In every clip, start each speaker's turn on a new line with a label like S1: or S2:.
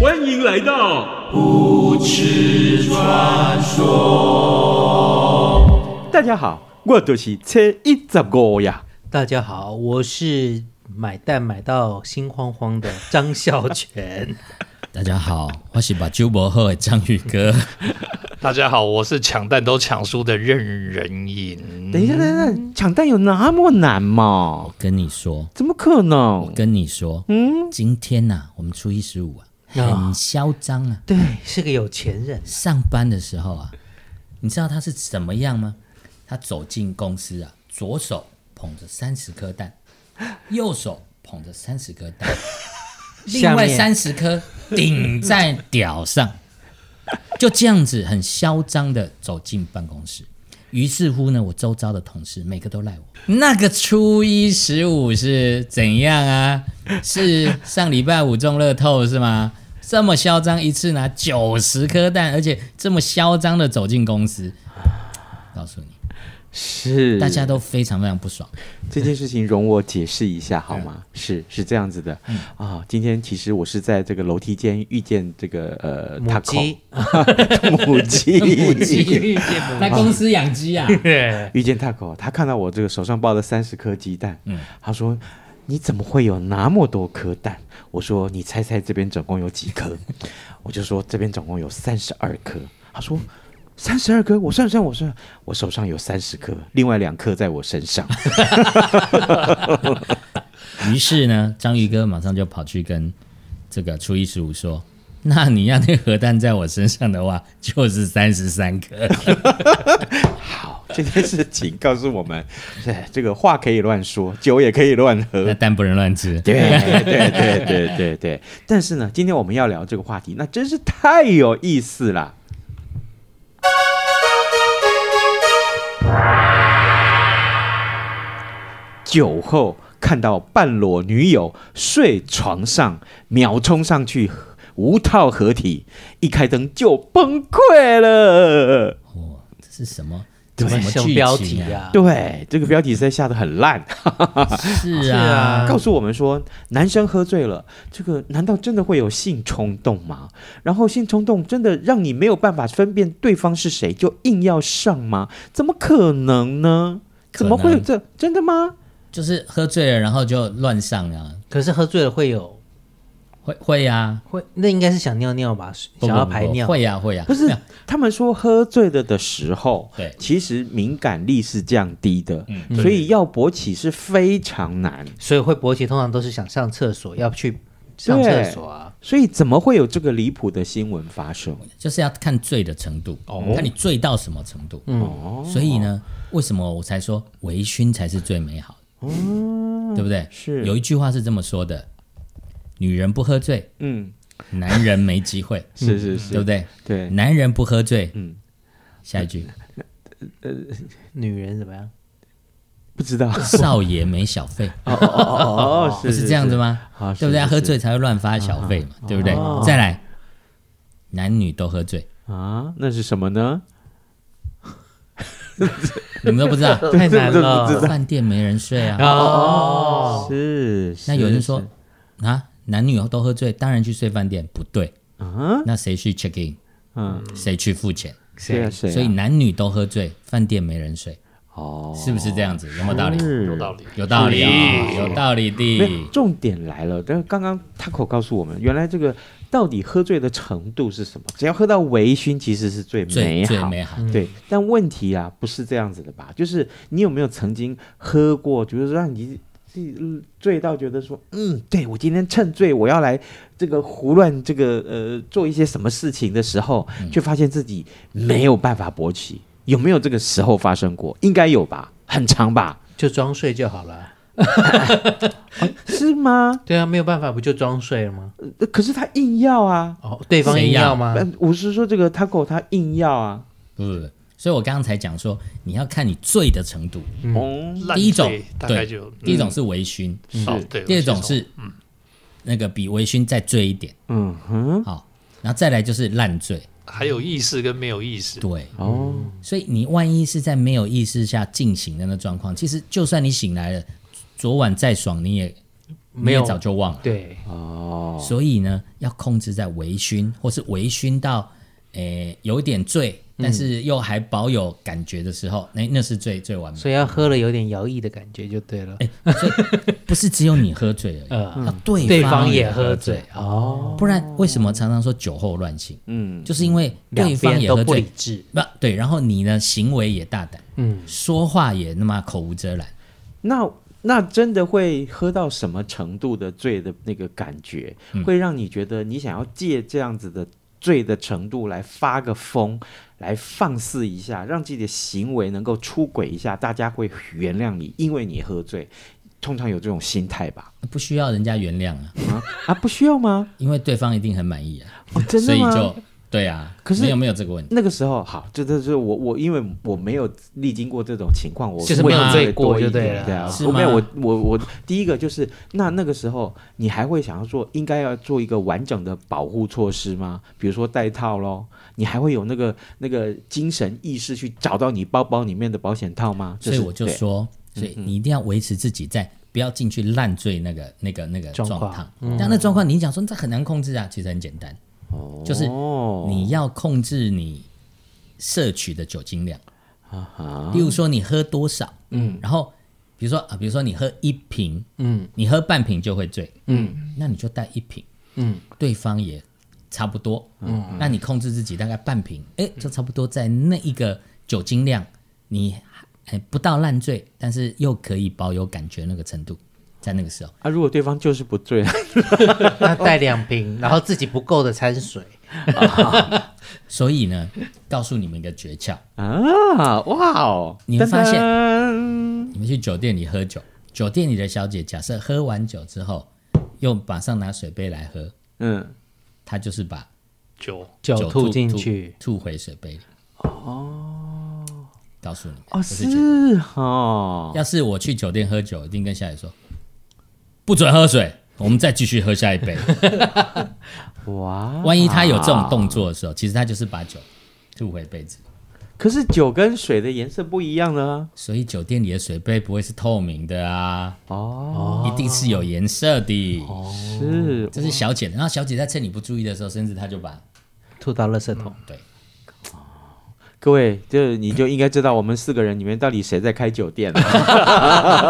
S1: 欢迎来到
S2: 大家好，我就是车一十五呀。
S3: 大家好，我是买蛋买到心慌慌的张孝 全。
S4: 大家好，我是把酒博后的章鱼 哥。
S5: 大家好，我是抢蛋都抢输的任人赢。
S2: 等一下，等一下，抢蛋有那么难吗？
S4: 跟你说，
S2: 怎么可能？
S4: 跟你说，嗯，今天呐、我们初一十五啊，很嚣张啊。
S3: 对，是个有钱人。
S4: 上班的时候啊，你知道他是怎么样吗？他走进公司啊，左手捧着三十颗蛋，右手捧着三十颗蛋，另
S3: 下
S4: 外
S3: 面
S4: 三十颗顶在屌上，就这样子很嚣张的走进办公室。于是乎呢，我周遭的同事每个都赖我。那个初一十五是怎样啊？是上礼拜五中乐透是吗？这么嚣张，一次拿九十颗蛋，而且这么嚣张的走进公司，告诉你，
S2: 是
S4: 大家都非常非常不爽。
S2: 这件事情容我解释一下好
S4: 嗯
S2: 吗？是是这样子的啊，今天其实我是在这个楼梯间遇见这个呃
S3: 母鸡
S2: taco 母鸡
S4: 母 鸡，在公司养鸡啊？
S5: 对，
S2: 遇见 taco，他看到我这个手上抱了三十颗鸡蛋，他说。你怎么会有那么多颗蛋？我说你猜猜这边总共有几颗？ 我就说这边总共有三十二颗。他说三十二颗，我算算我算，我手上有三十颗，另外两颗在我身上。
S4: 于是呢，章鱼哥马上就跑去跟这个初一十五说：“那你要那核弹在我身上的话，就是三十三颗。
S2: 好，这件事情告诉我们，是这个话可以乱说，酒也可以乱喝
S4: 那。蛋不能 乱 吃。”
S2: 对对对对对对。但是呢，今天我们要聊这个话题，那真是太有意思啦。酒后看到半裸女友睡床上，秒冲上去无套合体，一开灯就崩溃了。
S4: 哦，这是什么？
S3: 怎
S4: 这是
S3: 么
S4: 什
S3: 像
S4: 么剧
S3: 标题
S4: 情啊？
S3: 啊？
S2: 对，这个标题实在下的很烂。
S4: 是
S3: 是
S4: 啊
S3: 啊，
S2: 告诉我们说，男生喝醉了，这个难道真的会有性冲动吗？然后性冲动真的让你没有办法分辨对方是谁，就硬要上吗？怎么可能呢？
S4: 可
S2: 怎
S4: 能
S2: 么会有这真的吗？
S4: 就是喝醉了，然后就乱上啊，
S3: 可是喝醉了会有
S4: 会会啊，
S3: 会，那应该是想尿尿吧，
S4: 不
S3: 想要排尿。
S4: 不不会啊会啊，
S2: 不
S4: 没
S2: 是
S4: 有，
S2: 他们说喝醉了的时候，
S4: 对嗯
S2: 其实敏感力是降低的，所以要勃起是非常难。
S3: 所以会勃起，通常都是想上厕所，要去上厕所啊。
S2: 所以怎么会有这个离谱的新闻发生？
S4: 就是要看醉的程度，看你醉到什么程度。
S2: 哦，
S4: 所以呢，为什么我才说微醺才是最美好的？对不对？
S2: 是
S4: 有一句话是这么说的：女人不喝醉，
S2: 嗯，
S4: 男人没机会，
S2: 是是
S4: 对不
S2: 是，
S4: 对？
S2: 对，
S4: 男人不喝醉，
S2: 嗯
S4: 下一句，
S3: 女人怎么样？
S2: 不知道。
S4: 少爷没小费，
S2: 哦哦哦 哦，
S4: 不是这样子？吗？
S2: 啊，
S4: 对不对？
S2: 是
S4: 喝醉才会乱发小费嘛，对不对？再来，男女都喝醉，
S2: 啊，那是什么呢？
S4: 你们都不知道，
S3: 太难了。
S4: 饭店没人睡啊。
S3: 哦，
S2: 是
S4: 那有人说
S2: 是
S4: 啊，男女都喝醉，当然去睡饭店，不对。
S2: 啊，
S4: 那谁去 check in？
S2: 嗯，
S4: 谁去付钱？
S2: 谁啊谁啊？
S4: 所以男女都喝醉，饭店没人睡，
S2: 哦，
S4: 是不是这样子？有没有道理？
S2: 有
S5: 有道。理。
S4: 有道理啊，有道理
S2: 没有
S4: 的。
S2: 重点来了，但是刚刚 Taco 告诉我们，原来这个到底喝醉的程度是什么？只要喝到微醺，其实是最
S4: 最
S2: 美
S4: 最
S2: 好。
S4: 美好，
S2: 对，但问题啊，不是这样子的吧？就是你有没有曾经喝过，就是让你第醉到觉得说，嗯，对我今天趁醉我要来这个胡乱这个呃做一些什么事情的时候，却发现自己没有办法勃起，有没有这个时候发生过？应该有吧，很长吧？
S6: 就装睡就好了。
S2: 是吗？
S6: 对啊，没有办法，不就装睡了吗？
S2: 呃可是他硬要啊，
S6: 哦，对方
S4: 谁
S6: 硬
S4: 要
S6: 要吗？
S2: 嗯，我是说这个 taco 他硬要啊，
S4: 不不不，所以我刚才讲说，你要看你醉的程度。
S2: 哦，
S5: 烂
S4: 第一种
S5: 醉大
S4: 对
S5: 概就
S4: 第一种是微醺，
S5: 嗯哦对，
S4: 第二
S5: 我
S4: 种
S5: 接受
S4: 是那个比微醺再醉一点，
S2: 嗯哼，
S4: 好，然后再来就是烂醉。
S5: 还有意识跟没有意识，
S4: 对，
S2: 哦，
S4: 所以你万一是在没有意识下进行的那状况，其实就算你醒来了，昨晚再爽你也
S6: 没有
S4: 你也早就忘了。
S6: 对，
S2: 哦，
S4: 所以呢，要控制在微醺，或是微醺到诶有一点醉，
S6: 嗯
S4: 但是又还保有感觉的时候，那、那是最最完美。
S6: 所以要喝了有点摇曳的感觉就对了。
S4: 不是只有你喝醉而已，
S6: 呃，
S4: 要对
S6: 对
S4: 方
S6: 方
S4: 也
S6: 也
S4: 喝
S6: 喝醉，
S4: 哦。不然为什么常常说酒后乱性？
S2: 嗯，
S4: 就是因为对
S6: 两
S4: 方
S6: 边
S4: 也
S6: 都
S4: 喝
S6: 不
S4: 醉
S6: 理，智。
S4: 不对，然后你呢行为也大胆，
S6: 嗯，
S4: 说话也那么口无遮拦。
S2: 那那真的会喝到什么程度的醉的那个感觉，
S4: 嗯
S2: 会让你觉得你想要借这样子的醉的程度来发个疯，来放肆一下，让自己的行为能够出轨一下，大家会原谅你，因为你喝醉。通常有这种心态吧？
S4: 不需要人家原谅啊，
S2: 啊啊，不需要吗？
S4: 因为对方一定很满意啊，
S2: 哦，真
S4: 所
S2: 的
S4: 以
S2: 吗？
S4: 就对啊。
S2: 可是
S4: 你有没有这个问题？
S2: 那个时候好，这这这我我因为我没有历经过这种情况，我
S6: 就是
S2: 问
S6: 没有
S2: 的
S6: 醉
S2: 会
S6: 过
S2: 多一
S6: 就对
S2: 点
S6: 了
S2: 对啊，
S4: 是
S2: 我没有我
S4: 吗
S2: 我我第一个就是那那个时候你还会想要做应该要做一个完整的保护措施吗？比如说戴套咯，你还会有那个那个精神意识去找到你包包里面的保险套吗？
S4: 所
S2: 是
S4: 以我就
S2: 对嗯
S4: 说，所以你一定要维持自己在不要进去烂醉那个那个那个
S6: 状
S4: 状
S6: 况
S4: 况。但那状况你讲说这很难控制啊，其实很简单，就是
S2: 哦
S4: 你要控制你摄取的酒精量，
S2: 啊
S4: 例如说你喝多少，嗯，然后比如说啊，比如说你喝一瓶，嗯，你喝半瓶就会醉，嗯，那你就带一瓶，嗯，对方也差不多，嗯，那你控制自己大概半瓶，哎，就差不多在那一个酒精量，你哎不到烂醉，但是又可以保有感觉那个程度，在那个时候，
S2: 啊，如果对方就是不醉，
S6: 那带两瓶，然后自己不够的掺水，
S4: 所以呢，告诉你们一个诀窍，
S2: 啊，哇哦！
S4: 你会发现
S2: 现，
S4: 你们去酒店里喝酒，酒店里的小姐假设喝完酒之后，又马上拿水杯来喝，
S2: 嗯，
S4: 她就是把
S5: 酒
S6: 酒吐进去，
S4: 吐回水杯里。哦，告诉你们，
S2: 哦，
S4: 我就觉得
S2: 是哦，
S4: 要是我去酒店喝酒，一定跟小姐说，不准喝水，我们再继续喝下一 杯。
S2: 哇，
S4: 万一她有这种动作的时候，其实她就是把酒吐回杯子。
S2: 可是酒跟水的颜色不一样呢。
S4: 所以酒店里的水杯不会是透明的啊，
S2: 哦，
S4: 一定是有颜色的。
S6: 哦
S2: 是
S4: 这是小姐的，然后小姐在趁你不注意的时候，甚至她就把
S6: 吐到垃圾桶。
S4: 对
S2: 各位，这你就应该知道我们四个人里面到底谁在开酒店啊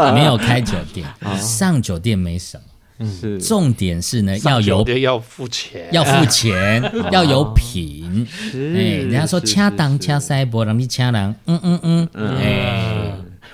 S2: 了。
S4: 没有开酒店，上酒店没什么。
S2: 啊是
S4: 重点是呢，要
S5: 酒
S4: 有
S5: 店要付钱，
S4: 要付钱，要有品。哎，人家说
S2: 哎哦是
S4: 掐
S2: 是
S4: 当
S2: 是
S4: 掐腮脖，人们掐人，嗯嗯嗯，哎，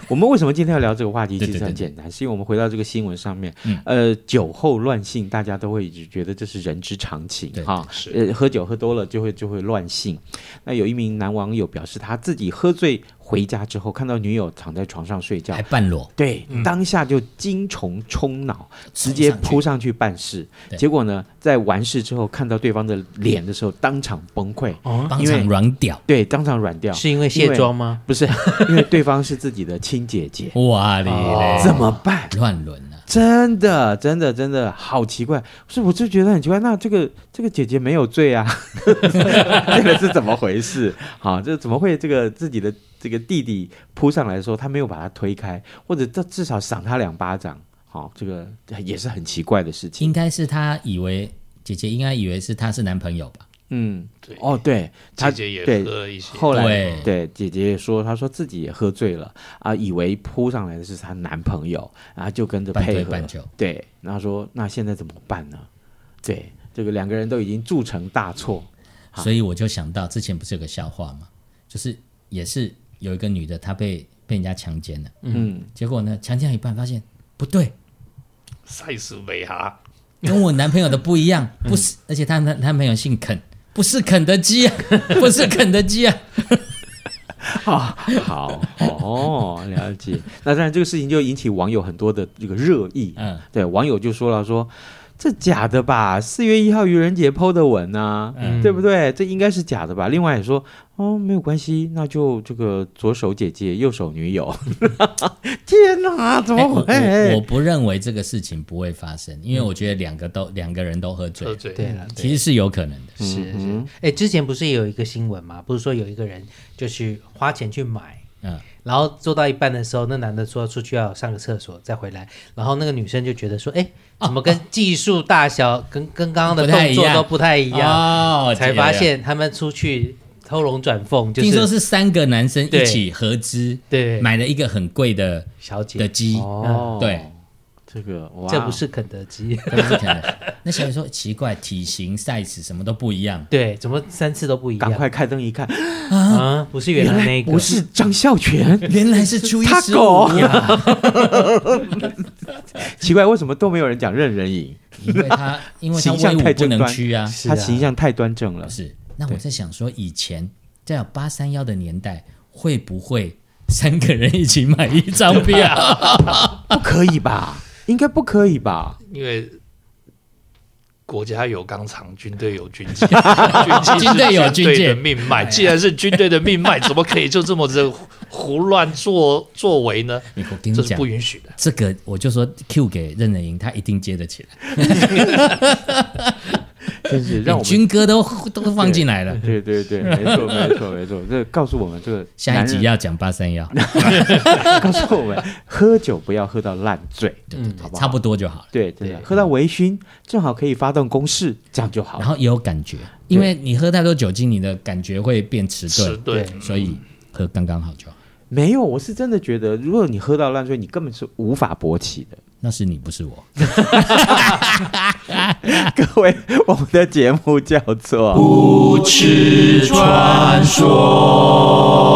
S2: 我们为什么今天要聊这个话题？
S4: 对
S2: 其
S4: 对
S2: 实
S4: 对
S2: 很简单，是因为我们回到这个新闻上面
S4: 嗯，
S2: 呃，酒后乱性，大家都会一直觉得这是人之常情
S4: 对
S2: 哈。
S5: 是
S2: 呃，喝酒喝多了就会就会乱性。那有一名男网友表示，他自己喝醉回家之后，看到女友躺在床上睡觉
S4: 还，嗯半裸，
S2: 对，当下就精虫冲脑，直接
S4: 冲上去
S2: 扑上去办事。
S4: 对
S2: 结果呢，在完事之后看到对方的脸的时候，当场崩溃，
S6: 哦，
S4: 当
S2: 因为
S4: 场软屌，
S2: 对，当场软掉。
S6: 是因为卸妆吗？
S2: 不是 因为对方是自己的亲姐 姐，
S4: 哇你哦嘞，
S2: 怎么办？
S4: 乱伦啊？
S2: 真的，真的，真的好奇怪，是我就觉得很奇怪。那这个这个姐姐没有罪啊， 这个是怎么回事？ 好，这怎么会这个自己的这个弟弟扑上来的时候，他没有把他推开，或者这至少赏他两巴掌？好，这个也是很奇怪的事情
S4: 应。该是他以为姐姐应该以为是他是男朋友吧？
S2: 嗯，
S5: 对
S2: 哦，对，他
S5: 姐姐也
S2: 对
S5: 喝了一些，
S2: 后来
S4: 对
S2: 姐姐也说，她说自己也喝醉了啊，以为扑上来的是她男朋友，然后就跟着
S4: 半
S2: 配
S4: 推
S2: 合，
S4: 半就
S2: 对，然后说那现在怎么办呢？对，这个两个人都已经铸成大错，好
S4: 所以我就想到之前不是有个笑话吗？就是也是有一个女的，她被被人家强奸了，
S2: 嗯，
S4: 结果呢，强奸到一半发现不对，
S5: 塞斯维哈，
S4: 跟我男朋友的不一样，
S6: 嗯
S4: 不是，而且她男男朋友姓肯，不是肯德基啊， 不是肯德基啊，
S2: 啊，好哦，了解。那当然，这个事情就引起网友很多的这个热议。
S4: 嗯
S2: 对，网友就说了说。这假的吧？四月一号愚人节 PO 的文呐、
S4: 嗯
S2: 对不对？这应该是假的吧？另外也说，哦，没有关系，那就这个左手姐姐，右手女友。 天哪，怎
S4: 哎
S2: 么
S6: 哦
S4: 我
S2: 会？
S4: 我我不认为这个事情不会发生，因为我觉得两个都两个人都喝醉
S5: 喝
S4: 了，
S5: 醉，
S6: 对了，对
S4: 其实是有可能的。
S6: 嗯是是，哎，之前不是也有一个新闻嘛，不是说有一个人就是花钱去买，
S4: 嗯，
S6: 然后做到一半的时候，那男的说出去要上个厕所再回来，然后那个女生就觉得说，哎，怎么跟技术大小跟跟刚刚的
S4: 不太
S6: 动
S4: 一
S6: 作
S4: 样
S6: 都不太一样，
S4: 哦
S6: 才发。现他们出去偷龙转凤，就
S4: 听说
S6: 是
S4: 是三个男生一
S6: 对
S4: 起合资，
S6: 对
S4: 买了一个很贵的
S6: 小姐
S4: 的鸡，
S2: 哦，
S4: 对，
S2: 这个哇，
S6: 这不是肯德基，
S4: 可能是可能。那小姐说奇怪，体型、size 什么都不 一样，
S6: 对，怎么三次都不一样？
S2: 赶快开灯一看，
S6: 啊，不是原来那个，
S2: 不是张孝 全，
S4: 原来是初一
S2: 他
S4: 十五
S2: 狗，奇怪，为什么都没有人讲任人影？
S4: 因为他因为他
S2: 形象
S4: 威武
S2: 太
S4: 不
S2: 正
S4: 能
S2: 端
S4: 屈啊，
S6: 是
S2: 他
S6: 啊
S2: 形象太端正了。
S4: 是。那我在想说，以前在八三幺的年代，会不会三个人一起买一 张票？
S2: 不可以吧？应该不可以吧？
S5: 因为国家有钢厂，军队有军 舰，军舰
S4: 军队有军哎舰
S5: 的命脉。既然是军队的命脉，怎么可以就这么的胡乱作作为呢？
S4: 我跟你
S5: 这是
S4: 讲
S5: 不，允许的。
S4: 这个我就说 Q 给任人赢，他一定接得起来。
S2: 真是让我
S4: 连
S2: 们
S4: 军歌都都放进来 了。
S2: 对对对，没错没错没错，这告诉我们这个
S4: 下一
S2: 男
S4: 集啊
S2: 人
S4: 要讲八三幺，
S2: 告诉我们，喝酒不要喝到烂醉，
S4: 对对对
S2: 好不好
S4: 差不多就好了。
S2: 对，真的喝到微醺，正好可以发动攻势，这样就好
S4: 然。后也有感觉，因为你喝太多酒精，你的感觉会变迟
S5: 迟
S4: 钝，
S5: 钝，
S4: 所以喝刚刚好就好。
S2: 没有，我是真的觉得，如果你喝到烂醉，你根本是无法勃起的。
S4: 那是你，不是我。
S2: 各位，我们的节目叫做。
S1: 吃传说。